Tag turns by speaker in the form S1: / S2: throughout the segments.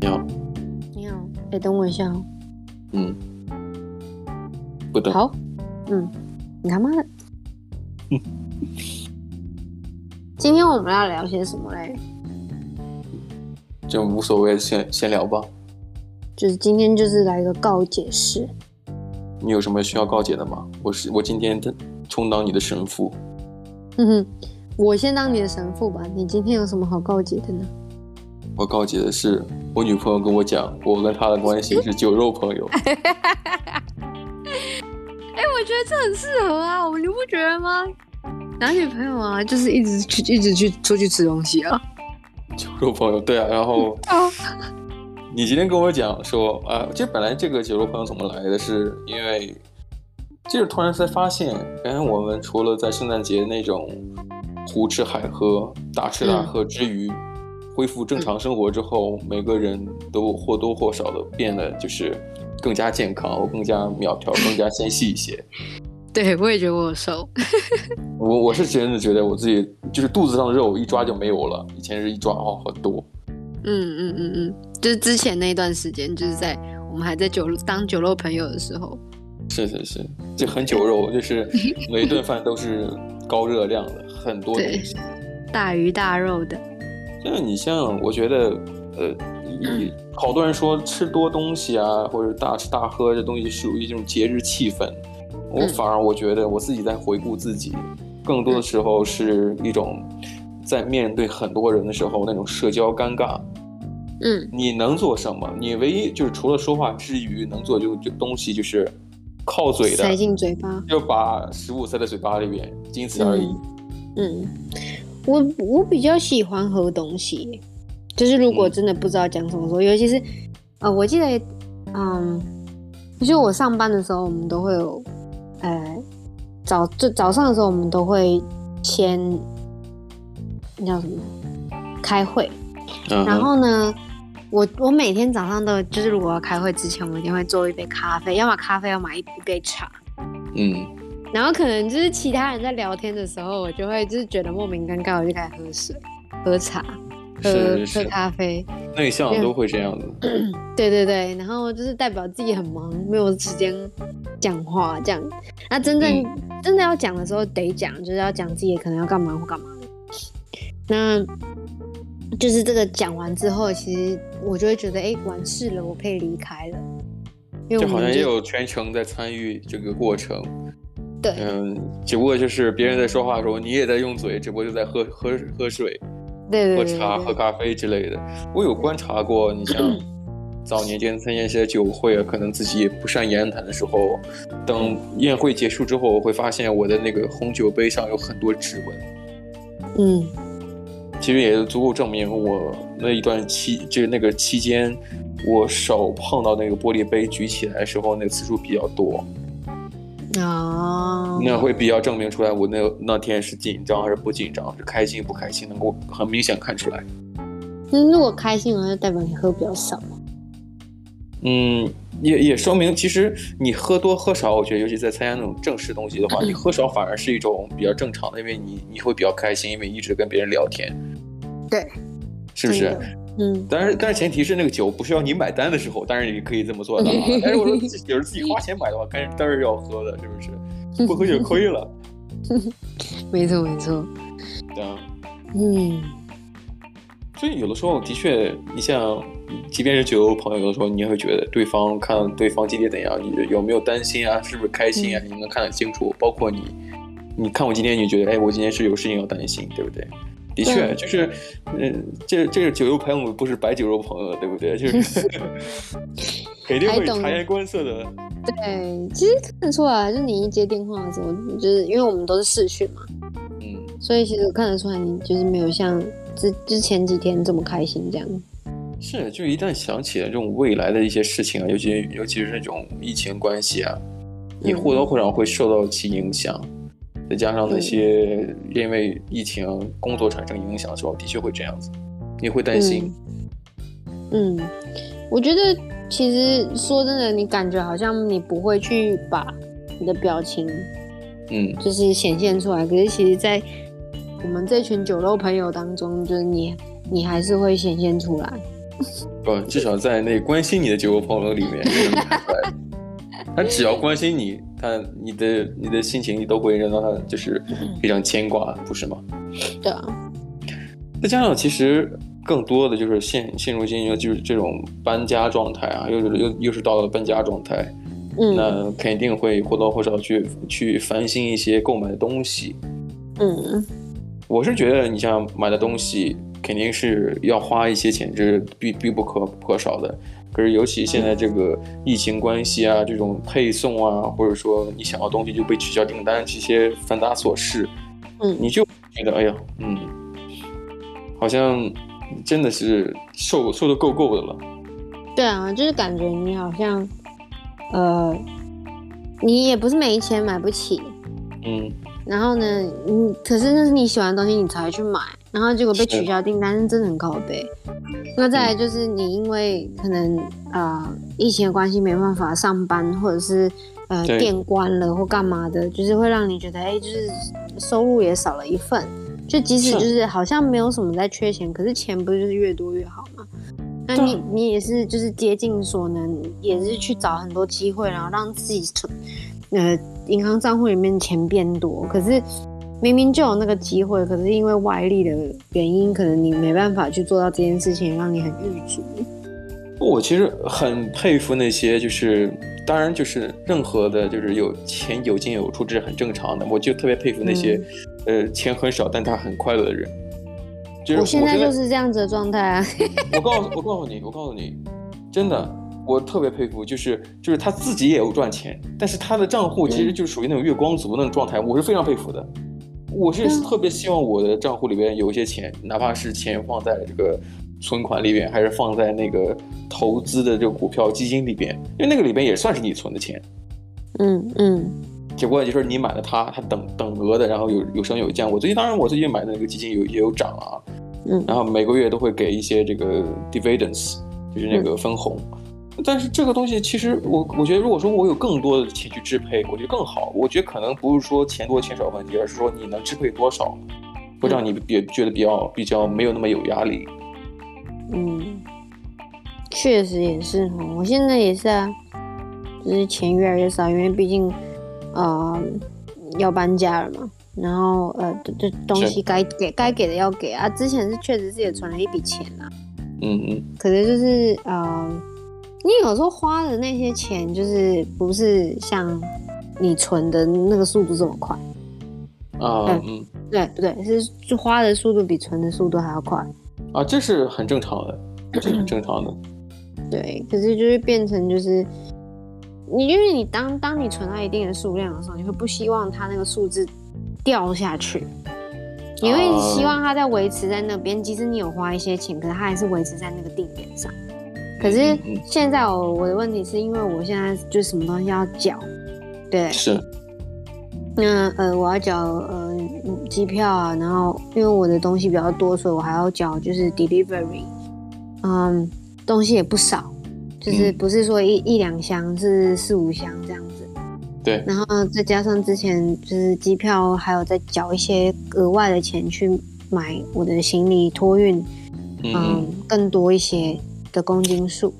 S1: 你好，
S2: 你好，哎、等我一下哦。
S1: 嗯，不等，
S2: 好，嗯，你他妈的。 今天我们要聊些什么嘞？
S1: 就无所谓，先先聊吧。
S2: 就是今天就是来一个告解式。
S1: 你有什么需要告解的吗？我是我今天充当你的神父，
S2: 哼哼，我先当你的神父吧。你今天有什么好告解的呢？
S1: 我告解的是我女朋友跟我讲，我跟她的关系是酒肉朋友。
S2: 哎、我觉得这很适合啊，我你不觉得吗？男女朋友啊，就是一直去一直去出去吃东西啊。
S1: 酒肉朋友，对啊。然后
S2: 啊，
S1: 你今天跟我讲说，啊，这本来这个酒肉朋友怎么来的是，因为就是突然才发现，原来我们除了在圣诞节那种胡吃海喝、大吃大喝之余，恢复正常生活之后，每个人都或多或少的变得就是更加健康、更加苗条、更加纤细一些。
S2: 对，我也觉得我有瘦。
S1: 我我是真的觉得我自己就是肚子上的肉一抓就没有了，以前是一抓哦好多。
S2: 嗯嗯嗯嗯，就是之前那段时间，就是在我们还在酒当酒肉朋友的时候。
S1: 是是是，就很酒肉，就是 每顿饭都是高热量的，很多东
S2: 对
S1: 西。
S2: 大鱼大肉的。
S1: 就是你像，我觉得，呃，
S2: 嗯
S1: 一好多人说吃多东西啊，或者大吃大喝这东西属于一种节日气氛。我
S2: 嗯
S1: 反而我觉得我自己在回顾自己，更多的时候是一种在面对很多人的时候那种社交尴尬。
S2: 嗯
S1: 你能做什么？你唯一就是除了说话之余能做就就东西就是靠嘴的，
S2: 塞进嘴巴。
S1: 就把食物塞在嘴巴里边，仅此而已。
S2: 嗯，我我比较喜欢喝东西，就是如果
S1: 嗯
S2: 真的不知道讲什么时候，尤其是呃，我记得，嗯，就是我上班的时候，我们都会有，呃，早就早上的时候，我们都会先那叫什么开会，
S1: 嗯哼
S2: 然后呢，我我每天早上都就是如果要开会之前，我一定会做一杯咖啡，要么咖啡，要么一一杯茶。
S1: 嗯，
S2: 然后可能就是其他人在聊天的时候，我就会就是觉得莫名尴尬，我就开始喝水、喝茶、喝
S1: 是
S2: 喝
S1: 是，
S2: 咖啡。
S1: 呃内向都会这样子。
S2: 对对对，然后就是代表自己很忙，没有时间讲话这样。那真正、
S1: 嗯
S2: 真的要讲的时候得讲，就是要讲自己可能要干嘛或干嘛。那就是这个讲完之后，其实我就会觉得，哎，完事了，我可以离开了。因为
S1: 就
S2: 我
S1: 好
S2: 们
S1: 像
S2: 就
S1: 也有全程在参与这个过程，
S2: 对，
S1: 嗯，只不过就是别人在说话的时候，你也在用嘴，只不过就在喝喝喝水、
S2: 对对
S1: 喝
S2: 对对
S1: 茶、
S2: 对
S1: 喝咖啡之类的。我有观察过，你像早年间参加一些酒会啊，可能自己不善言谈的时候，等宴会结束之后，我会发现我的那个红酒杯上有很多指纹。
S2: 嗯
S1: 其实也足够证明我那一段期，就是那个期间，我手碰到那个玻璃杯举起来的时候，那个次数比较多，
S2: 哦，
S1: 那会比较证明出来我那那天是紧张还是不紧张，是开心不开心，能够很明显看出来。
S2: 嗯，如果开心了，就代表你喝比较少。
S1: 嗯，也也说明，其实你喝多喝少，我觉得尤其在参加那种正式东西 的话，你喝少反而是一种比较正常的，因为你你会比较开心，因为一直跟别人聊天。
S2: 对，
S1: 是不是
S2: 真？的嗯，
S1: 但是但是前提是那个酒不需要你买单的时候，当然也可以这么 做到啊。但是我说自己有时自己花钱买的话，当然当然要喝的，是不 是？不喝就亏了。
S2: 没错没错。
S1: 嗯，
S2: 嗯
S1: 所以有的时候的确，你像即便是酒肉朋友，有的时候你也会觉得对方看对方今天怎样，你有没有担心啊，是不是开心
S2: 嗯
S1: 啊，你能看得清楚。包括你，你看我今天，你觉得哎，我今天是有事情要担心，对不对？的确，
S2: 对
S1: 就是，嗯，这这个酒肉朋友不是白酒肉朋友，对不对？就是 肯定
S2: 还
S1: 会
S2: 懂
S1: 察言观色的，
S2: 对，其实看得出来，就你一接电话的时候，就是因为我们都是视讯嘛，
S1: 嗯。
S2: 所以其实我看得出来，你就是没有像之之前几天这么开心这样。
S1: 是，就一旦想起了这种未来的一些事情啊，尤其尤其是这种疫情关系啊，你
S2: 嗯
S1: 或多或少会受到其影响。再加上那
S2: 嗯
S1: 些因为疫情工作产生影响的时候，的确会这样子，你会担心。
S2: 嗯，我觉得其实说真的，你感觉好像你不会去把你的表情
S1: 嗯，
S2: 就是显现出来。可是其实，在我们这群酒肉朋友当中，就是你，你还是会显现出来。
S1: 不，至少在那关心你的酒肉朋友里面是能看出来的。他只要关心你，他你的你的心情，你都会让他就是非常牵挂，不是吗？
S2: 对啊，
S1: 再加上其实更多的就是现现如今就是这种搬家状态啊，又又又是到了搬家状态，
S2: 嗯
S1: 那肯定会或多或少去去烦心一些购买的东西。
S2: 嗯，
S1: 我是觉得你像买的东西肯定是要花一些钱，这是必必不可不可少的。可是尤其现在这个疫情关系啊，这种配送啊，或者说你想要东西就被取消订单这些繁杂琐事，
S2: 嗯
S1: 你就觉得哎呀，嗯，好像真的是受受的够够的了。
S2: 对啊，就是感觉你好像，呃，你也不是没钱买不起，
S1: 嗯，
S2: 然后呢，你可是那是你喜欢的东西，你才会去买，然后结果被取消订单，真的很靠背。那再来就是你因为可能呃疫情的关系没办法上班，或者是呃
S1: 对
S2: 店关了或干嘛的，就是会让你觉得哎、就是收入也少了一份。就即使
S1: 是
S2: 就是好像没有什么在缺钱，可是钱不就是越多越好吗？那
S1: 对啊
S2: 你你也是就是竭尽所能，也是去找很多机会，然后让自己存呃银行账户里面钱变多，可是明明就有那个机会，可是因为外力的原因，可能你没办法去做到这件事情，让你很郁卒。
S1: 我其实很佩服那些就是。当然，就是任何的，就是有钱有进有出，这是很正常的。我就特别佩服那些，呃，钱很少但他很快乐的人。就是
S2: 嗯我现在
S1: 真的
S2: 就是这样子的状态啊，
S1: 我告诉我告诉你，我告诉你，真的，我特别佩服，就是就是他自己也有赚钱，但是他的账户其实就属于那种月光族那种状态，我是非常佩服的。我是
S2: 嗯
S1: 特别希望我的账户里边有一些钱，哪怕是钱放在这个存款里边，还是放在那个投资的这个股票基金里边，因为那个里边也算是你存的钱。
S2: 嗯嗯
S1: 只不过就是你买了它，它等等额的，然后有有升有降。我最近当然我最近买的那个基金有也有涨啊，
S2: 嗯
S1: 然后每个月都会给一些这个 dividends，就是那个
S2: 嗯
S1: 分红。但是这个东西其实我我觉得，如果说我有更多的钱去支配，我觉得更好。我觉得可能不是说钱多钱少问题，而是说你能支配多少，会让你比觉得比较比较没有那么有压力。
S2: 嗯，确实也是哈，我现在也是啊，就是钱越来越少，因为毕竟呃要搬家了嘛。然后呃，这这东西该给该给的要给啊。之前是确实是也存了一笔钱啊，
S1: 嗯嗯，
S2: 可能就是呃，你有时候花的那些钱，就是不是像你存的那个速度这么快，
S1: 啊
S2: 哎
S1: 嗯
S2: 对不对？是就花的速度比存的速度还要快，
S1: 啊，这是很正常的，这是很正常的。
S2: 对。可是就是变成就是，你因为你当当你存到一定的数量的时候，你会不希望它那个数字掉下去。你会
S1: 哦
S2: 希望它在维持在那边，即使你有花一些钱，可是它还是维持在那个定点上。可是
S1: 嗯嗯嗯
S2: 现在我我的问题是因为我现在就什么东西要缴，对，
S1: 是
S2: 那呃我要缴呃嗯机票啊，然后因为我的东西比较多，所以我还要缴就是 delivery，嗯，东西也不少，就是
S1: 嗯
S2: 不是说一一两箱，是四五箱这样子。
S1: 对
S2: 然后再加上之前就是机票，还有再缴一些额外的钱去买我的行李托运，
S1: 嗯嗯
S2: 嗯，。更多一些的公斤数。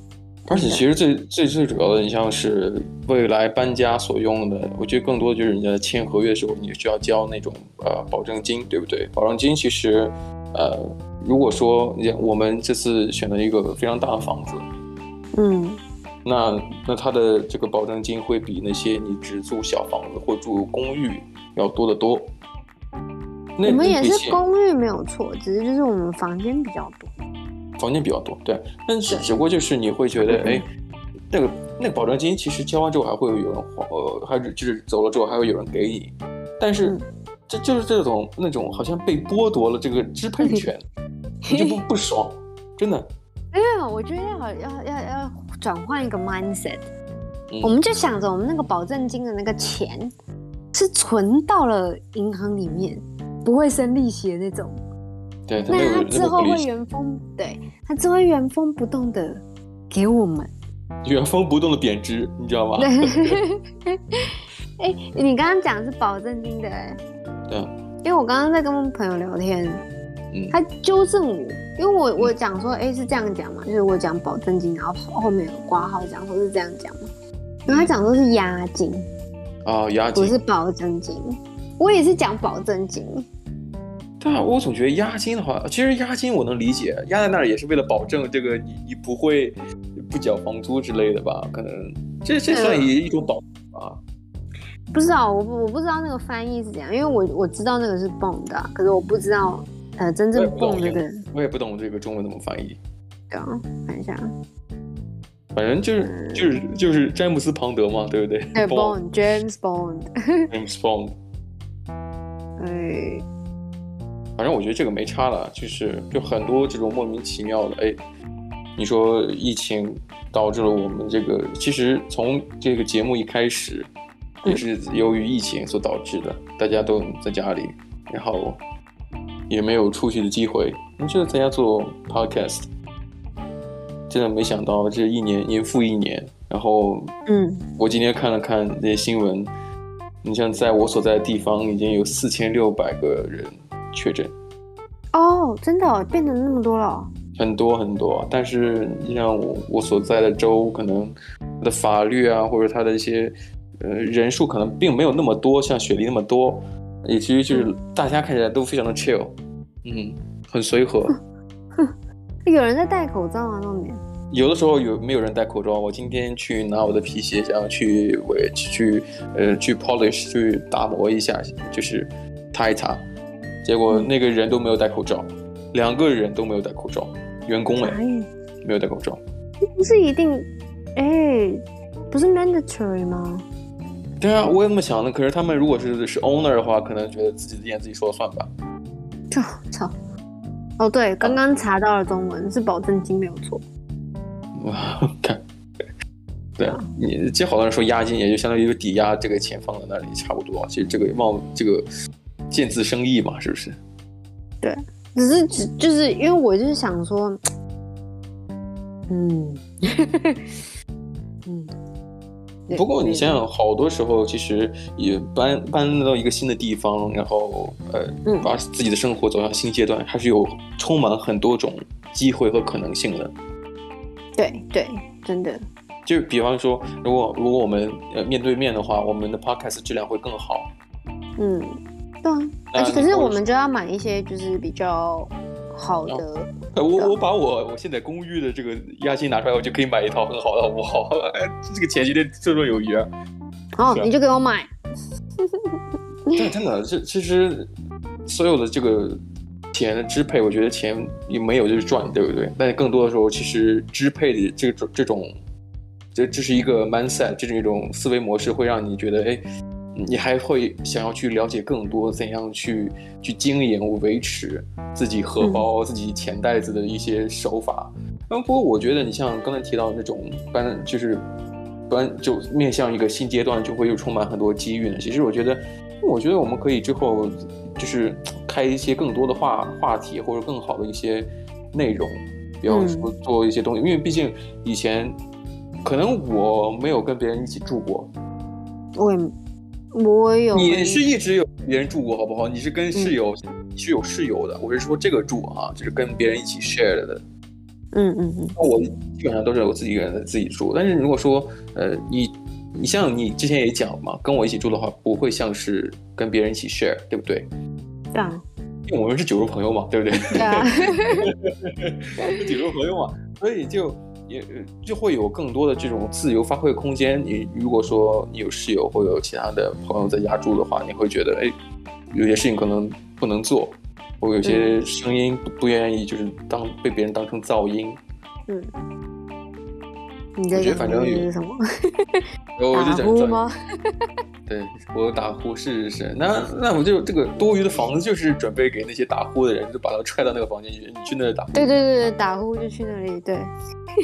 S1: 而且
S2: 等等
S1: 其实最最最主要的，你像是未来搬家所用的，我觉得更多就是你在签合约的时候，你需要交那种呃保证金，对不对？保证金其实，呃，如果说你我们这次选了一个非常大的房子，
S2: 嗯
S1: 那那它的这个保证金会比那些你只住小房子或住公寓要多得多。那
S2: 我们也
S1: 那笔
S2: 是
S1: 钱
S2: 公寓没有错，只是就是我们房间比较多。
S1: 房间比较多，对，但是只不过就是你会觉得，哎，那个那个保证金其实交完之后还会有人还，呃，还是就是走了之后还会有人给你，但是
S2: 嗯
S1: 这就是这种那种好像被剥夺了这个支配 权，你就不不爽，真的，
S2: 没有，我觉得要要要要转换一个 mindset，、
S1: 嗯
S2: 我们就想着我们那个保证金的那个钱是存到了银行里面，不会生利息的那种。
S1: 对，他没
S2: 那
S1: 有
S2: 它
S1: 那
S2: 之后
S1: 个
S2: 会
S1: 利息，
S2: 原封对，它之后会原封不动的给我们。
S1: 原封不动的贬值，你知道吗？
S2: 对，哎、你刚刚讲的是保证金的、哎
S1: 对，
S2: 因为我刚刚在跟朋友聊天，
S1: 嗯
S2: 他纠正我，因为我我讲说，哎、是这样讲嘛，就是我讲保证金，然后后面有挂号讲说是这样讲嘛，然后他讲说是押金，
S1: 啊，押
S2: 不
S1: 金。
S2: 是保证金，我也是讲保证金，
S1: 但我总觉得押金的话，其实押金我能理解，压在那儿也是为了保证这个你你不会不缴房租之类的吧？可能这这算
S2: 嗯
S1: 也一种保护吧。
S2: 不知道我不我不知道那个翻译是怎样，因为我我知道那个是蹦的啊，可是我不知道呃真
S1: 我也
S2: 正
S1: 不懂
S2: 蹦那个
S1: 我也不懂这个中文怎么翻译，
S2: 对啊，看一下，
S1: 反正就是就是就是詹姆斯庞德嘛，对不对？
S2: 哎
S1: Bond，
S2: ，Bond James Bond，
S1: James Bond。
S2: 哎，
S1: 反正我觉得这个没差了，就是就很多这种莫名其妙的，哎，你说疫情导致了我们这个，其实从这个节目一开始，也是由于疫情所导致的，大家都在家里，然后也没有出去的机会，你就在家做 podcast，真的没想到这一年年复一年，然后
S2: 嗯，
S1: 我今天看了看那些新闻，你像在我所在的地方已经有四千六百个人确诊。
S2: 哦，真的哦、变成那么多了哦、
S1: 很多很多，但是你像我我所在的州，可能它的法律啊，或者它的一些呃人数，可能并没有那么多，像雪梨那么多，以至于就是大家看起来都非常的 chill，嗯，很随和。
S2: 有人在戴口罩吗？上面？
S1: 有的时候有没有人戴口罩？我今天去拿我的皮鞋，想要去我去呃去 polish 去打磨一下，就是擦一擦，结果那个人都没有戴口罩，两个人都没有戴口罩，员工哎
S2: 哎，
S1: 没有戴口罩。
S2: 不是一定，哎、不是 mandatory 吗？
S1: 对啊，我也这么想的。可是他们如果是是 owner 的话，可能觉得自己的店自己说了算吧。
S2: 操操！哦，对，刚刚查到了中文是保证金没有错。
S1: 哇，看，对啊，
S2: 嗯
S1: 你其实好多人说押金，也就相当于抵押这个钱放在那里差不多。其实这个冒这个见字生意嘛，是不是？
S2: 只是只就是因为我就是想说，嗯 嗯，对嗯
S1: 不过你
S2: 对
S1: 想想，好多时候其实也搬搬到一个新的地方，然后呃
S2: 嗯，
S1: 把自己的生活走向新阶段，还是有充满很多种机会和可能性的。
S2: 对对，真的，
S1: 就比方说，如果如果我们呃面对面的话，我们的 podcast 质量会更好。
S2: 嗯，对啊。
S1: 那
S2: 而且可
S1: 你
S2: 是
S1: 会
S2: 我们就要买一些就是比较好的，
S1: 呃，我我把我我现在公寓的这个押金拿出来，我就可以买一套很好的，好不好？ 哎这个钱绝对绰绰有余啊！
S2: 哦
S1: 是，啊
S2: 你就给我买。
S1: 但真的，这其实所有的这个钱的支配，我觉得钱也没有就是赚，对不对？但更多的时候，其实支配的这种这种，这这是一个 mindset，这是一种思维模式，会让你觉得，哎，你还会想要去了解更多，怎样去去经营、维持自己荷包、自己钱袋子的一些手法。嗯，不过我觉得你像刚才提到那种搬，就是搬就面向一个新阶段，就会又充满很多机遇呢。其实我觉得，我觉得我们可以之后就是开一些更多的话话题，或者更好的一些内容，比方说做一些东西，因为毕竟以前可能我没有跟别人一起住过，
S2: 我也我有
S1: 你是一直有别人住过好不好？你是跟室友，你是有室友的，我是说这个住啊，就是跟别人一起 share 的。
S2: 嗯嗯嗯，
S1: 那我基本上都是我自己一个人在自己住。但是如果说，呃，你你像你之前也讲嘛，跟我一起住的话，不会像是跟别人一起 share，对不对？
S2: 对啊，
S1: 因为我们是酒肉朋友嘛，对不 对？
S2: 对啊。
S1: 酒肉朋友嘛，所以就也呃就会有更多的这种自由发挥空间。你如果说你有室友或有其他的朋友在家住的话，你会觉得哎，有些事情可能不能做，或有
S2: 嗯
S1: 些声音不不愿意就是当被别人当成噪音。
S2: 你在
S1: 我觉得
S2: 讲
S1: 反正
S2: 的
S1: 有
S2: 是什么？
S1: 然后 我就
S2: 打
S1: 讲
S2: 呼
S1: 噪
S2: 吗
S1: 音，？对我打呼是是是，那那我就这个多余的房子就是准备给那些打呼的人，就把他踹到那个房间去，你去那儿打呼。
S2: 对对对对，打呼就去那里。对，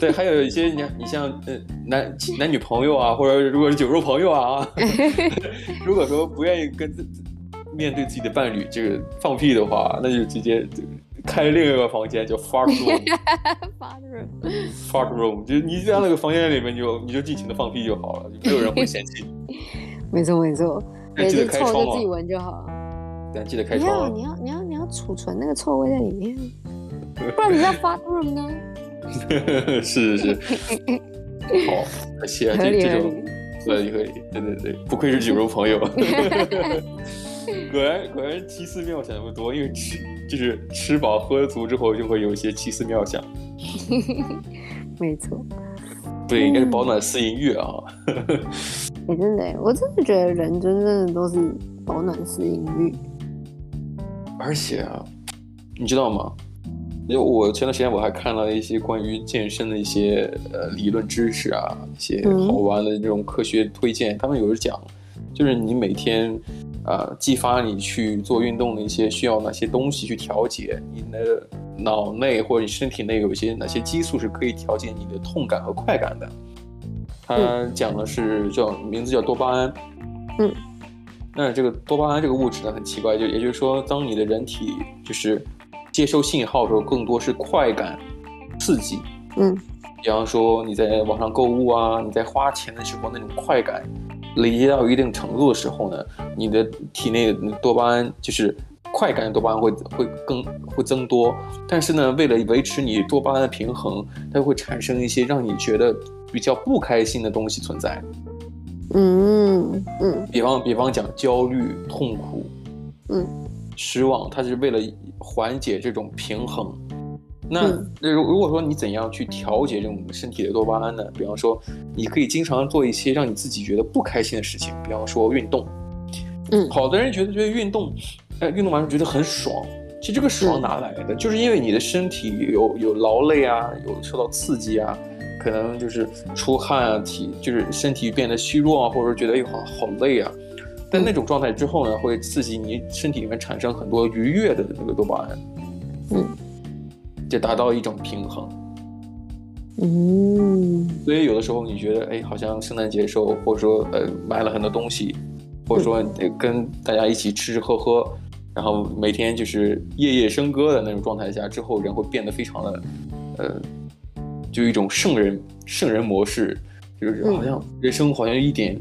S1: 对，还有一些你你像呃男男女朋友啊，或者如果是酒肉朋友啊，如果说不愿意跟自自面对自己的伴侣这个放屁的话，那就直接就开另一个房间叫 fart room，fart
S2: 发热。
S1: room，就是你在那个房间里面你就你就尽情的放屁就好了，就没有人会嫌弃。
S2: 没错没错，
S1: 但
S2: 对，
S1: 记得
S2: 就
S1: 开
S2: 臭
S1: 窗
S2: 就自己
S1: 啊，
S2: 闻就好了。
S1: 但记得开
S2: 你要
S1: 窗啊。
S2: 你要你要你要要储存那个臭味在里面啊，不然 你要发 room 呢？
S1: 是 是是，好，可惜啊，
S2: 合
S1: 这
S2: 理
S1: 这
S2: 合
S1: 种
S2: 理。
S1: 合理合理，对对对，不愧是酒肉朋友， 果然果然奇思妙想不多，因为吃就是吃饱喝足之后就会有一些奇思妙想，
S2: 没错，
S1: 对，应该是保暖思淫欲啊，
S2: 也哎真的耶，欸我真的觉得人真正的都是保暖式隐喻。
S1: 而且啊，你知道吗？因为我前段时间我还看了一些关于健身的一些呃理论知识啊，一些
S2: 嗯
S1: 好玩的这种科学推荐，他们有人讲，就是你每天呃激发你去做运动的一些需要哪些东西去调节你的脑内或者你身体内有一些哪些激素是可以调节你的痛感和快感的。它讲的是叫名字叫多巴胺，那这个多巴胺这个物质呢，很奇怪，就也就是说，当你的人体就是接收信号的时候，更多是快感、刺激。
S2: 嗯，
S1: 比方说你在网上购物啊，你在花钱的时候那种快感，累积到一定程度的时候呢，你的体内的多巴胺就是快感的多巴胺会会更会增多。但是呢，为了维持你多巴胺的平衡，它会产生一些让你觉得比较不开心的东西存在。
S2: 嗯嗯
S1: 比方比方讲焦虑、痛苦，
S2: 嗯，
S1: 失望，它是为了缓解这种平衡。那
S2: 嗯
S1: 那如如果说你怎样去调节这种身体的多巴胺呢？比方说，你可以经常做一些让你自己觉得不开心的事情，比方说运动。
S2: 嗯
S1: 好的人觉得觉得运动，呃，运动完觉得很爽。其实这个爽
S2: 嗯
S1: 哪来的？就是因为你的身体有有劳累啊，有受到刺激啊，可能就是出汗啊，体就是身体变得虚弱啊，或者觉得哎呦好好累啊。但那种状态之后呢，会刺激你身体里面产生很多愉悦的那个多巴胺，
S2: 嗯，
S1: 就达到一种平衡。
S2: 嗯
S1: 所以有的时候你觉得，哎，好像圣诞节的时候，或者说呃买了很多东西，或者说呃跟大家一起吃吃喝喝，然后每天就是夜夜笙歌的那种状态下，之后人会变得非常的，呃，就一种圣人圣人模式，就是
S2: 嗯
S1: 好像人生好像一点、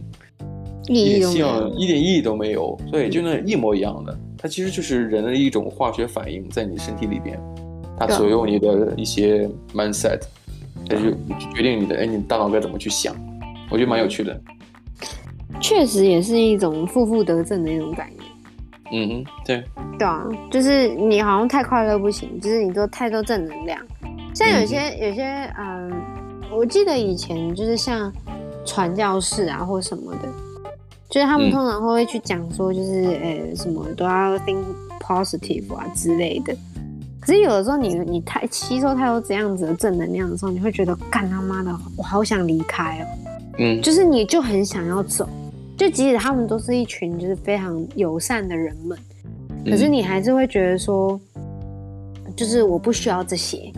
S2: 意
S1: 一
S2: 义
S1: 点
S2: 都没
S1: 希望
S2: 有。嗯
S1: 一点意义都没有，对，就那一模一样的，它其实就是人的一种化学反应在你身体里边，它
S2: 对啊
S1: 左右你的一些 mindset，它就
S2: 啊
S1: 决定你的哎，你大脑该怎么去想，我觉得蛮有趣的，
S2: 确实也是一种负负得正的一种感觉。
S1: 嗯哼，对，
S2: 对啊，就是你好像太快乐不行，就是你都太多正能量。像有些、有些嗯、我记得以前就是像传教士啊或什么的，就是他们
S1: 嗯
S2: 通常会去讲说，就是呃、什么都要 think positive 啊之类的。可是有的时候你你太吸收太多这样子的正能量的时候，你会觉得干他妈的，我好想离开哦。
S1: 嗯
S2: 就是你就很想要走，就即使他们都是一群就是非常友善的人们，
S1: 嗯
S2: 可是你还是会觉得说，就是我不需要这些。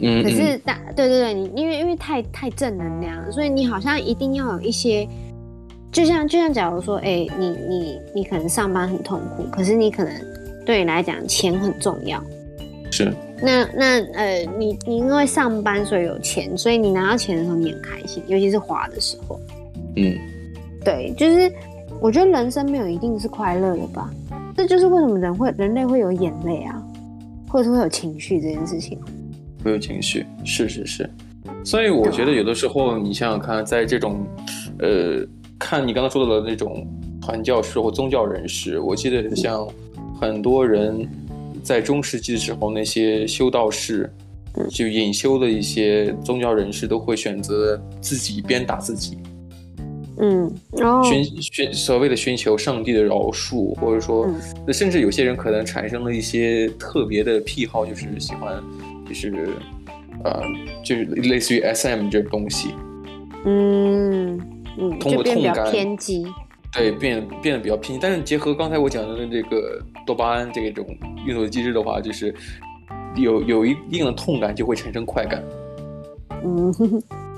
S1: 嗯，
S2: 可
S1: 嗯
S2: 是大对对对，你因为因为太太正能量了，所以你好像一定要有一些，就像就像假如说，哎、你你你可能上班很痛苦，可是你可能对你来讲钱很重要。
S1: 是，
S2: 那那呃，你你因为上班所以有钱，所以你拿到钱的时候你很开心，尤其是花的时候。
S1: 嗯
S2: 对，就是我觉得人生没有一定是快乐的吧，这就是为什么人会人类会有眼泪啊，或者是会有情绪这件事情。
S1: 会有情绪，是是是，所以我觉得有的时候你想想看，在这种，呃，看你刚才说到的那种传教士或宗教人士，我记得像很多人在中世纪的时候，那些修道士
S2: 嗯
S1: 就隐修的一些宗教人士都会选择自己鞭打自己，
S2: 嗯，然后
S1: 寻寻所谓的寻求上帝的饶恕，或者说
S2: 嗯，
S1: 那甚至有些人可能产生了一些特别的癖好，就是喜欢，就是，呃，就是类似于 SM 这种东西，
S2: 嗯嗯，
S1: 通过
S2: 就变得比
S1: 痛
S2: 较
S1: 感
S2: 偏激。
S1: 对，变变得比较拼。但是结合刚才我讲的这个多巴胺这种运作机制的话，就是有有一定的痛感就会产生快感。
S2: 嗯，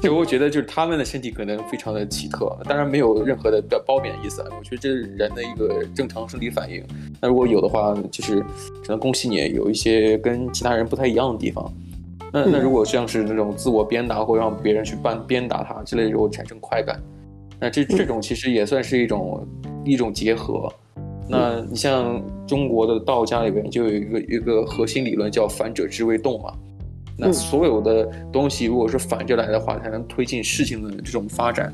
S1: 就我觉得就是他们的身体可能非常的奇特，当然没有任何的褒褒贬意思啊，我觉得这是人的一个正常生理反应。那如果有的话，就是只能恭喜你有一些跟其他人不太一样的地方。那那
S2: 嗯
S1: 如果像是那种自我鞭打或让别人去鞭鞭打他之类的，时候产生快感，那这这种其实也算是一种一种结合。那你像中国的道家里边就有一个一个核心理论叫反者之谓动嘛。那
S2: 嗯
S1: 所有的东西如果是反着来的话，才能推进事情的这种发展。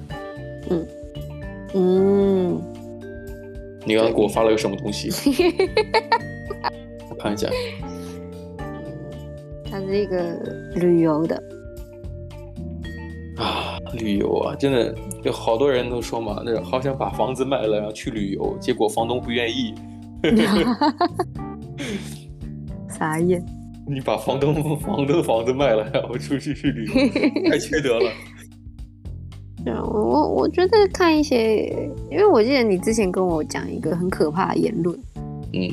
S2: 嗯，
S1: 你刚刚给我发了个什么东西？我看一下，
S2: 它是一个旅游的，
S1: 啊，旅游啊，真的有好多人都说嘛，那好想把房子卖了，然后去旅游，结果房东不愿意。
S2: 傻眼。
S1: 你把房东房东房子卖了，然后出去去旅 游，太缺德了。
S2: 对啊，我我我觉得看一些，因为我记得你之前跟我讲一个很可怕的言论，
S1: 嗯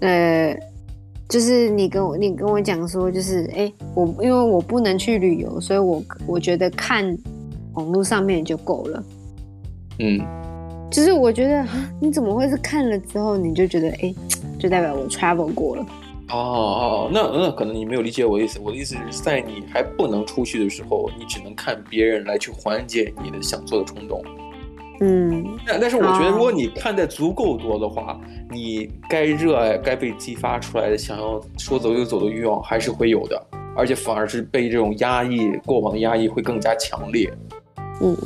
S2: 呃，就是你跟我你跟我讲说，就是哎、诶我因为我不能去旅游，所以我我觉得看网络上面就够了。
S1: 嗯，
S2: 就是我觉得啊，你怎么会是看了之后你就觉得哎、诶就代表我 travel 过了？
S1: 哦哦，那那可能你没有理解我的意思。我的意思是在你还不能出去的时候，你只能看别人来去缓解你的想做的冲动。
S2: 嗯，
S1: 但但是我觉得，
S2: 哦
S1: 如果你看的足够多的话，你该热爱、该被激发出来的想要说走就走的欲望还是会有的，而且反而是被这种压抑、过往的压抑会更加强烈。
S2: 嗯，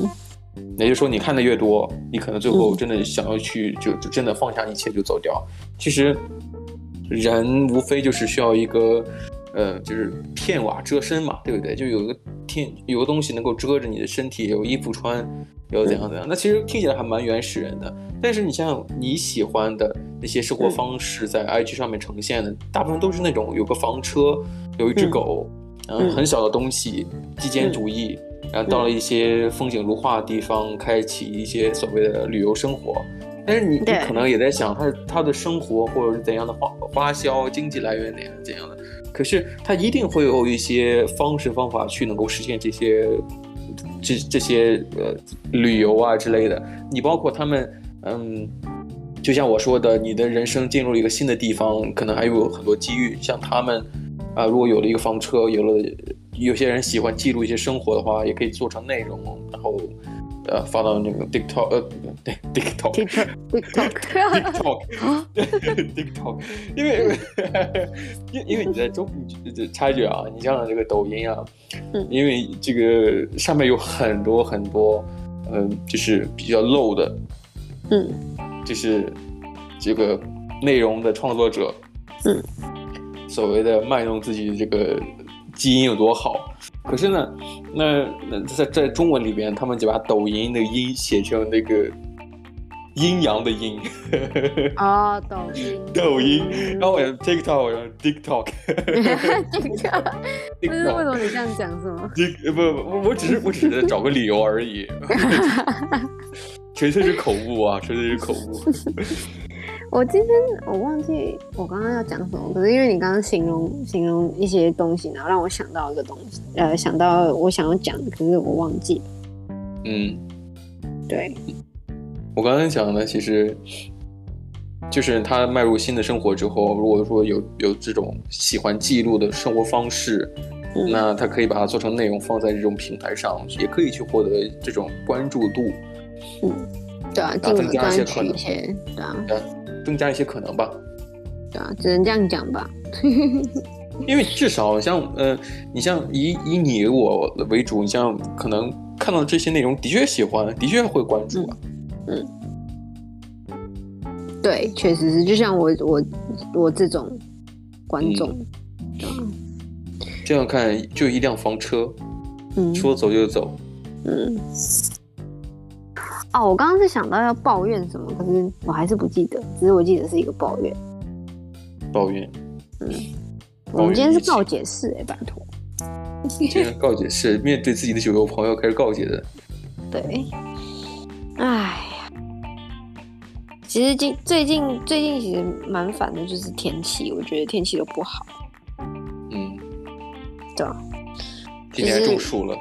S1: 也就是说，你看的越多，你可能最后
S2: 嗯
S1: 真的想要去，就就真的放下一切就走掉。其实，人无非就是需要一个，呃，就是片瓦遮身嘛，对不对？就有一个天，有个东西能够遮着你的身体，有衣服穿，有怎样怎样。那其实听起来还蛮原始人的，但是你像你喜欢的那些生活方式，在 IG 上面呈现的，大部分都是那种有个房车，有一只
S2: 嗯
S1: 狗，嗯，
S2: 嗯
S1: 很小的东西，极简主义。然后到了一些风景如画的地方，开启一些所谓的旅游生活。但是你你
S2: 对
S1: 可能也在想，他他的生活或者是怎样的花花销、经济来源怎样怎样的，可是他一定会有一些方式方法去能够实现这些这这些呃旅游啊之类的。你包括他们，嗯，就像我说的，你的人生进入一个新的地方，可能还有很多机遇。像他们，啊、如果有了一个房车，有了有些人喜欢记录一些生活的话，也可以做成内容，然后呃发到那个 TikTok，呃，对 TikTok。
S2: ，TikTok TikTok，
S1: TikTok TikTok，因为 因为因为你在中插一句啊，你像这个抖音啊，
S2: 嗯
S1: 因为这个上面有很多很多，嗯、就是比较 low 的，
S2: 嗯
S1: 就是这个内容的创作者，
S2: 嗯，
S1: 所谓的卖弄自己这个基因有多好。可是呢，那那在在中文里边，他们就把抖音的“音”写成那个阴阳的“阴”，
S2: 哦，抖音
S1: 抖音，
S2: 嗯
S1: 然后我用 TikTok，然后 TikTok，
S2: TikTok，这是 为什
S1: TikTok
S2: 么你这样讲是吗？
S1: 这不不，我我只是我只是找个理由而已， 纯粹是口误啊，纯粹是口误。
S2: 我今天我忘记我刚刚要讲什么，可是因为你刚刚形容形容一些东西，然后让我想到一个东西，呃，想到我想要讲的，可是我忘记了。
S1: 嗯，
S2: 对，
S1: 我刚刚讲的其实就是他迈入新的生活之后，如果说有有这种喜欢记录的生活方式，
S2: 嗯
S1: 那他可以把它做成内容放在这种平台上，也可以去获得这种关注度，
S2: 对啊，
S1: 打
S2: 进
S1: 增加
S2: 而
S1: 一
S2: 端
S1: 些
S2: 取
S1: 可能
S2: 一些，对啊，
S1: 增加一些可能吧。
S2: 对啊，只能这样讲吧。嗯
S1: 因为至少像呃，你像以以你我为主，你像可能看到这些内容的确喜欢，的确会关注啊。
S2: 对，确实是，就像我我我这种观众，
S1: 嗯
S2: 啊
S1: 这样看就一辆房车，
S2: 嗯
S1: 说走就走。
S2: 嗯。哦，我刚刚是想到要抱怨什么，可是我还是不记得，只是我记得是一个抱怨。
S1: 抱怨，
S2: 我们今天是
S1: 抱
S2: 告
S1: 怨
S2: 解释哎、拜托。
S1: 这样告解是面对自己的酒肉朋友开始告解的。
S2: 对，哎呀，其实近最近最近其实蛮烦的，就是天气，我觉得天气都不好。
S1: 嗯，
S2: 对啊
S1: 今天还中暑了，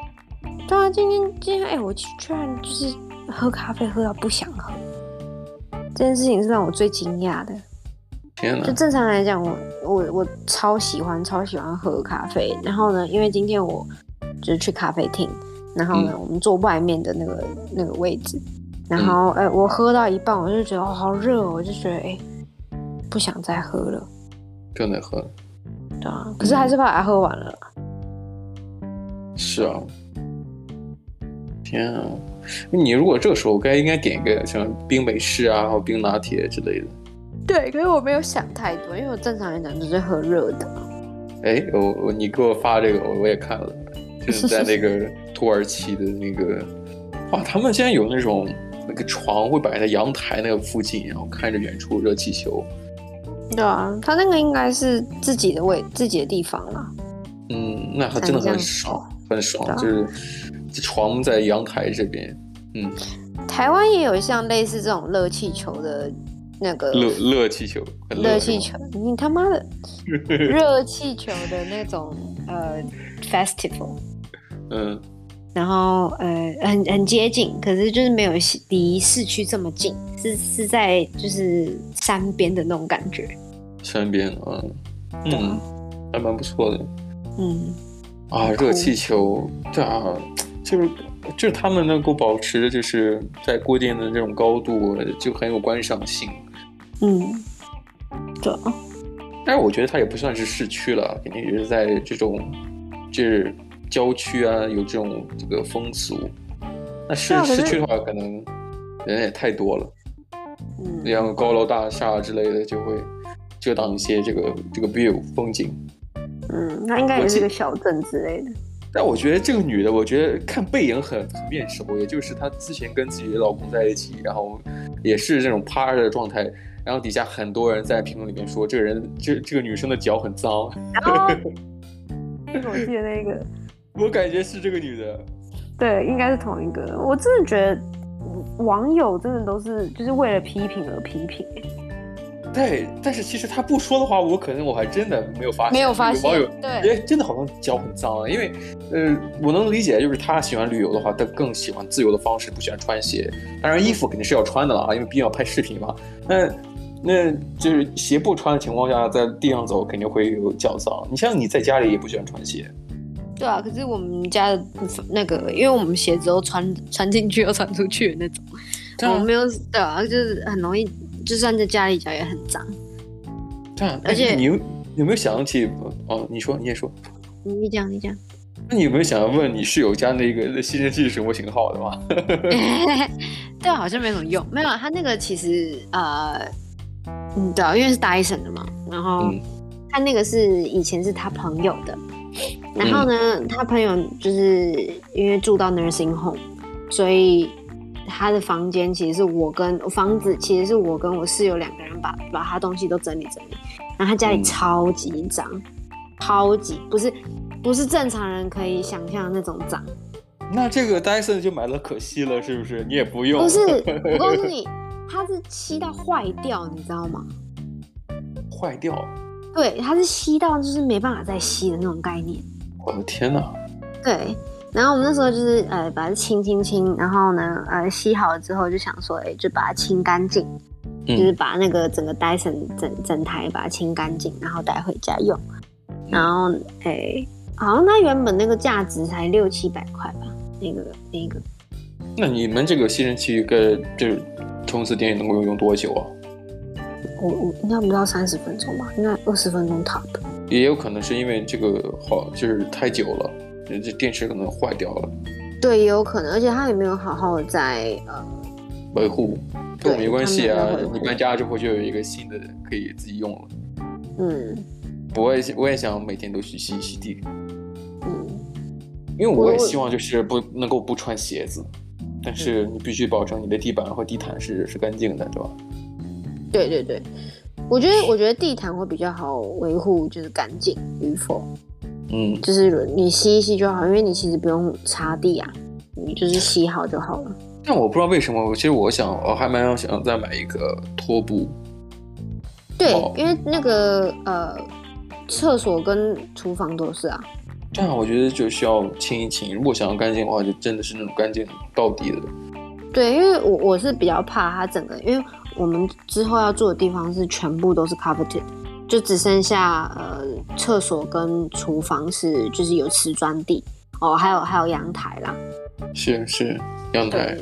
S2: 对啊，今天今天哎、我居然就是喝咖啡喝到不想喝，这件事情是让我最惊讶的。
S1: 天
S2: 就
S1: 哪！
S2: 正常来讲，我我我超喜欢超喜欢喝咖啡。然后呢，因为今天嗯我就是去咖啡厅，然后呢，我们坐外面的那个那个位置，然后呃，我喝到一半，我就觉得哦好热哦，我就觉得哎不想再喝了，
S1: 不能喝。
S2: 对啊，可是还是把它喝完了啦。
S1: 是啊，天啊！你如果这个时候该应该点一个像冰美式啊，或冰拿铁之类的。
S2: 对，可是我没有想太多，因为我正常来讲就是喝热的嘛。
S1: 哎，我我你给我发这个，我我也看了，就是在那个土耳其的那个，哇，他们现在有那种那个床会摆在阳台那个附近，然后看着远处热气球。
S2: 对啊，它那个应该是自己的位，自己的地方啦。
S1: 嗯，那还
S2: 才
S1: 真的
S2: 能这
S1: 很
S2: 样
S1: 爽，很爽，
S2: 对
S1: 就是这床在阳台这边，嗯，
S2: 台湾也有像类似这种热气球的那个
S1: 热热气球，很热
S2: 热
S1: 是
S2: 气
S1: 吗
S2: 球，你他 妈的热气球的那种呃 festival，
S1: 嗯
S2: 然后呃很很接近，可是就是没有西离市区这么近，是是在就是山边的那种感觉。
S1: 山边啊，嗯
S2: 啊，
S1: 还蛮不错的
S2: 嗯，
S1: 啊，热气球，对啊，就是就是他们能够保持的，就是在固定的这种高度，就很有观赏性。
S2: 嗯，对啊，
S1: 但是我觉得它也不算是市区了，肯定也是在这种就是郊区啊，有这种这个风俗。那市
S2: 对啊可是
S1: 市区的话，可能人也太多了，
S2: 嗯，
S1: 然后高楼大厦之类的就会遮挡一些这个这个 view 风景。
S2: 嗯，那应该也是个小镇之 类的。
S1: 但我觉得这个女的，我觉得看背影很很面熟，也就是她之前跟自己的老公在一起，然后也是这种趴着的状态，然后底下很多人在评论里面说这个人这这个女生的脚很脏，
S2: 然后，我记得那个，
S1: 我感觉是这个女的，
S2: 对，应该是同一个。我真的觉得网友真的都是就是为了批评而批评、
S1: 对，但是其实她不说的话，我可能我还真的没有发现，
S2: 没有发现
S1: 网友。，
S2: 对，
S1: 哎，真的好像脚很脏啊，因为，呃，我能理解，就是她喜欢旅游的话，她更喜欢自由的方式，不喜欢穿鞋。当然，衣服肯定是要穿的了啊，因为毕竟要拍视频嘛。那，那就是鞋不穿的情况下，在地上走肯定会有脚脏。你像你在家里也不喜欢穿鞋，
S2: 对啊。可是我们家的那个，因为我们鞋子都穿穿进去又穿出去的那种，我们没有对啊，就是很容易，就算在家里脚也很脏。
S1: 对啊，
S2: 而且
S1: 你有有没有想起？哦，你说，你也说。
S2: 你讲，你讲，
S1: 那你有没有想要问你室友家那个吸尘器是什么型号的吗？
S2: 对啊，好像没什么用。没有啊，它那个其实呃，嗯，对啊，因为是 Dyson 的嘛，然后
S1: 嗯
S2: 他那个是以前是他朋友的，然后呢，
S1: 嗯
S2: 他朋友就是因为住到 nursing home，所以他的房间其实是我跟房子其实是我跟我室友两个人把把他东西都整理整理，然后他家里
S1: 嗯
S2: 超级脏，超级不是不是正常人可以想象的那种脏。
S1: 那这个 Dyson 就买了可惜了，是不是？你也不用。
S2: 不是，我告诉你，它是吸到坏掉，你知道吗？
S1: 坏掉。
S2: 对，它是吸到就是没办法再吸的那种概念。
S1: 我的天哪！
S2: 对，然后我们那时候就是呃把它清清清，然后呢呃吸好了之后就想说，哎、就把它清干净，就
S1: 嗯
S2: 是把那个整个 Dyson 整整台把它清干净，然后带回家用。然后哎、好像它原本那个价值才六七百块吧，那个那个
S1: 那你们这个吸尘器跟就是冲刺电能够用多久啊？
S2: 我我应该不到三十分钟吧，应该二十分钟 top。
S1: 也有可能是因为这个好就是太久了，这电池可能坏掉了，
S2: 对，也有可能，而且他也没有好好的在呃，
S1: 维护跟我没关系
S2: 他
S1: 啊
S2: 们没有维。护
S1: 你搬家之后就有一个新的可以自己用了。
S2: 嗯
S1: 我也我也想每天都去吸一吸地，
S2: 嗯，
S1: 因为我也
S2: 我
S1: 希望就是不能够不穿鞋子，但是你必须保证你的地板和地毯是是干净的，对吧？
S2: 对对对，我觉得我觉得地毯会比较好维护，就是干净与否，
S1: 嗯，
S2: 就是你吸一吸就好，因为你其实不用擦地啊，你就是吸好就好了。
S1: 但我不知道为什么，我其实我想我还蛮想再买一个拖布，
S2: 对
S1: 哦，
S2: 因为那个呃，厕所跟厨房都是啊，
S1: 这样我觉得就需要清一清。如果想要干净的话，就真的是那种干净到底的。
S2: 对，因为我我是比较怕它整个，因为我们之后要住的地方是全部都是 carpeted，就只剩下呃厕所跟厨房是就是有瓷砖地哦，还有还有阳台啦。
S1: 是是阳台，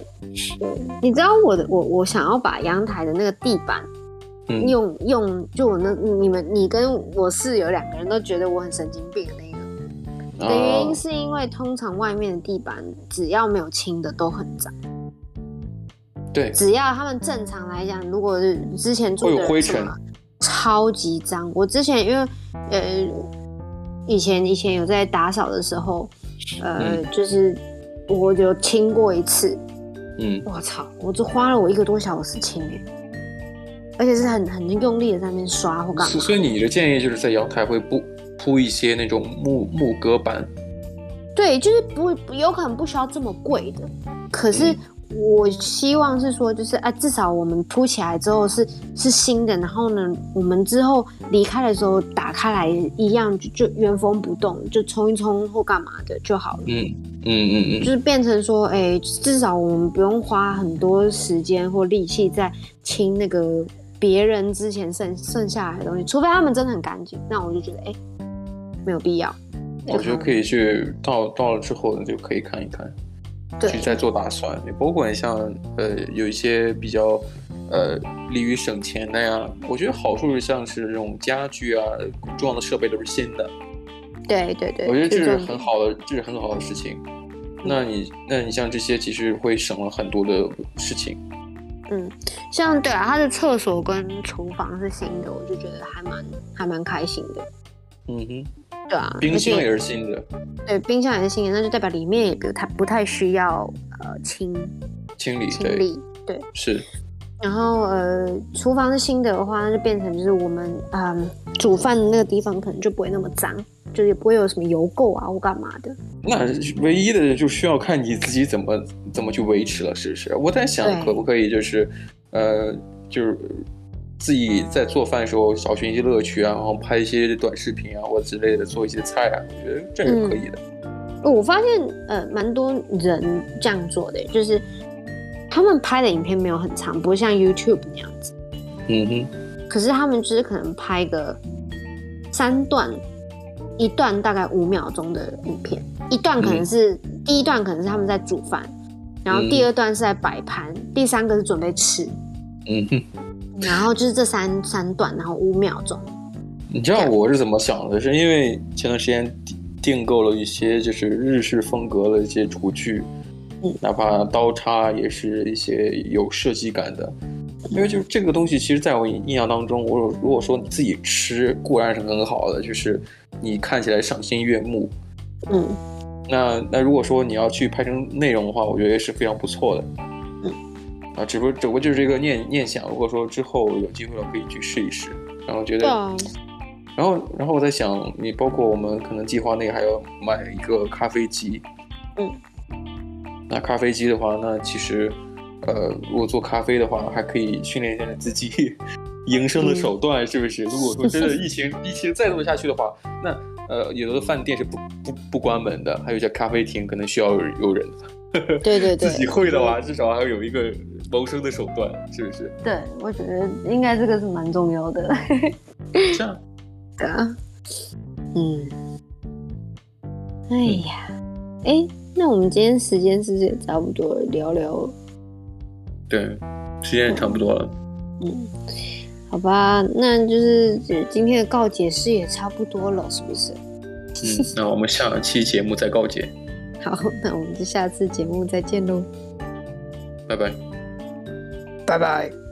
S2: 你知道我的我我想要把阳台的那个地板
S1: 嗯，
S2: 用用，就我那你们你跟我室友两个人都觉得我很神经病的那个。的原因
S1: 哦
S2: 是因为通常外面的地板只要没有清的都很脏，
S1: 对，
S2: 只要他们正常来讲，如果是之前住
S1: 会
S2: 的
S1: 有
S2: 人
S1: 灰
S2: 住
S1: 尘
S2: 嘛，超级脏。我之前因为呃以前以前有在打扫的时候，呃、就是我有清过一次，
S1: 嗯
S2: 我操，我就花了我一个多小时清哎、而且是很很用力的在那边刷或干
S1: 所
S2: 嘛，
S1: 所以你的建议就是在阳台会铺铺一些那种木木隔板，
S2: 对，就是不不有可能不需要这么贵的，可是
S1: 嗯
S2: 我希望是说，就是啊，至少我们铺起来之后是是新的，然后呢，我们之后离开的时候打开来一样就就原封不动，就冲一冲或干嘛的就好了。
S1: 嗯嗯嗯嗯，
S2: 就是变成说，哎、至少我们不用花很多时间或力气在清那个别人之前剩剩下来的东西，除非他们真的很干净，那我就觉得，哎、没有必要。
S1: 我觉得可以去到到了之后就可以看一看，
S2: 对
S1: 去再做打算。包括像呃有一些比较呃利于省钱的呀，我觉得好处是像是这种家具啊，重要的设备都是新的，
S2: 对对对，
S1: 我觉得这
S2: 就是种嗯
S1: 很好的，这是很好的事情。那你那你像这些其实会省了很多的事情。
S2: 像对啊，他的厕所跟厨房是新的，我就觉得还蛮还蛮开心的。
S1: 嗯哼，
S2: 对啊，
S1: 冰箱
S2: 而
S1: 也
S2: 且
S1: 是新的，
S2: 对，冰箱也是新的，那就代表里面也不太不太需要呃清
S1: 清理
S2: 清
S1: 对
S2: 理。对，
S1: 是
S2: 然后呃，厨房是新的的话，那就变成就是我们嗯煮饭的那个地方可能就不会那么脏，就是也不会有什么油垢啊或干嘛的。
S1: 那唯一的就需要看你自己怎么怎么去维持了，是不是？我在想，
S2: 对
S1: 可不可以就是，呃，就是自己在做饭的时候找寻一些乐趣啊，然后拍一些短视频啊或之类的，做一些菜啊，我觉得这是可以的。
S2: 哦我发现呃，蛮多人这样做的，就是他们拍的影片没有很长，不会像 YouTube 那样子。
S1: 嗯哼，
S2: 可是他们就是可能拍个三段，一段大概五秒钟的影片，一段可能是、第一段可能是他们在煮饭，然后
S1: 嗯
S2: 第二段是在摆盘，第三个是准备吃，
S1: 嗯哼。
S2: 然后就是这三三段，然后五秒钟，
S1: 你知道
S2: 啊
S1: 我是怎么想的？是因为前段时间订订购了一些就是日式风格的一些厨具，
S2: 嗯
S1: 哪怕刀叉也是一些有设计感的。
S2: 嗯
S1: 因为就是这个东西，其实在我印象当中，我如果说你自己吃，固然是很好的，就是你看起来赏心悦目。
S2: 嗯，
S1: 那那如果说你要去拍成内容的话，我觉得也是非常不错的。
S2: 嗯，
S1: 啊，只不过只不过就是这个念念想，如果说之后有机会了，可以去试一试。然后觉得
S2: 对啊，
S1: 然后，然后我在想，你包括我们可能计划内还要买一个咖啡机。
S2: 嗯。
S1: 那咖啡机的话，那其实，呃，如果做咖啡的话，还可以训练一下自己 营生的
S2: 嗯
S1: 手段，是不是？如果说真的疫情疫情再这么下去的话，那呃，有的饭店是不不不关门的，还有一些咖啡厅可能需要有有人。
S2: 对对对，
S1: 自己会的话，至少还有一个谋生的手段，是不是？
S2: 对，我觉得应该这个是蛮重要的，
S1: 这样，
S2: 对啊，嗯，哎呀，哎、那我们今天时间是不是也差不多了？聊聊。
S1: 对，时间也差不多了。
S2: 嗯，好吧，那就是呃今天的告解式也差不多了，是不是？
S1: 嗯，那我们下期节目再告解，
S2: 好，那我们就下次节目再见喽，
S1: 拜拜。
S2: 拜拜。